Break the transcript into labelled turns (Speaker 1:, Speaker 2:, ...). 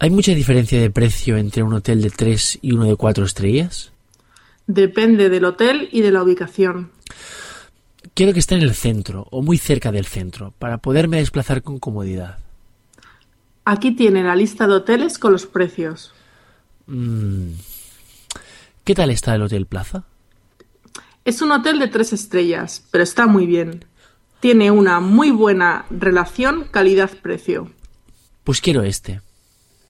Speaker 1: ¿Hay mucha diferencia de precio entre un hotel de 3 y uno de 4 estrellas?
Speaker 2: Depende del hotel y de la ubicación.
Speaker 1: Quiero que esté en el centro o muy cerca del centro para poderme desplazar con comodidad.
Speaker 2: Aquí tiene la lista de hoteles con los precios.
Speaker 1: Mm. ¿Qué tal está el Hotel Plaza?
Speaker 2: Es un hotel de tres estrellas, pero está muy bien. Tiene una muy buena relación calidad-precio.
Speaker 1: Pues quiero este.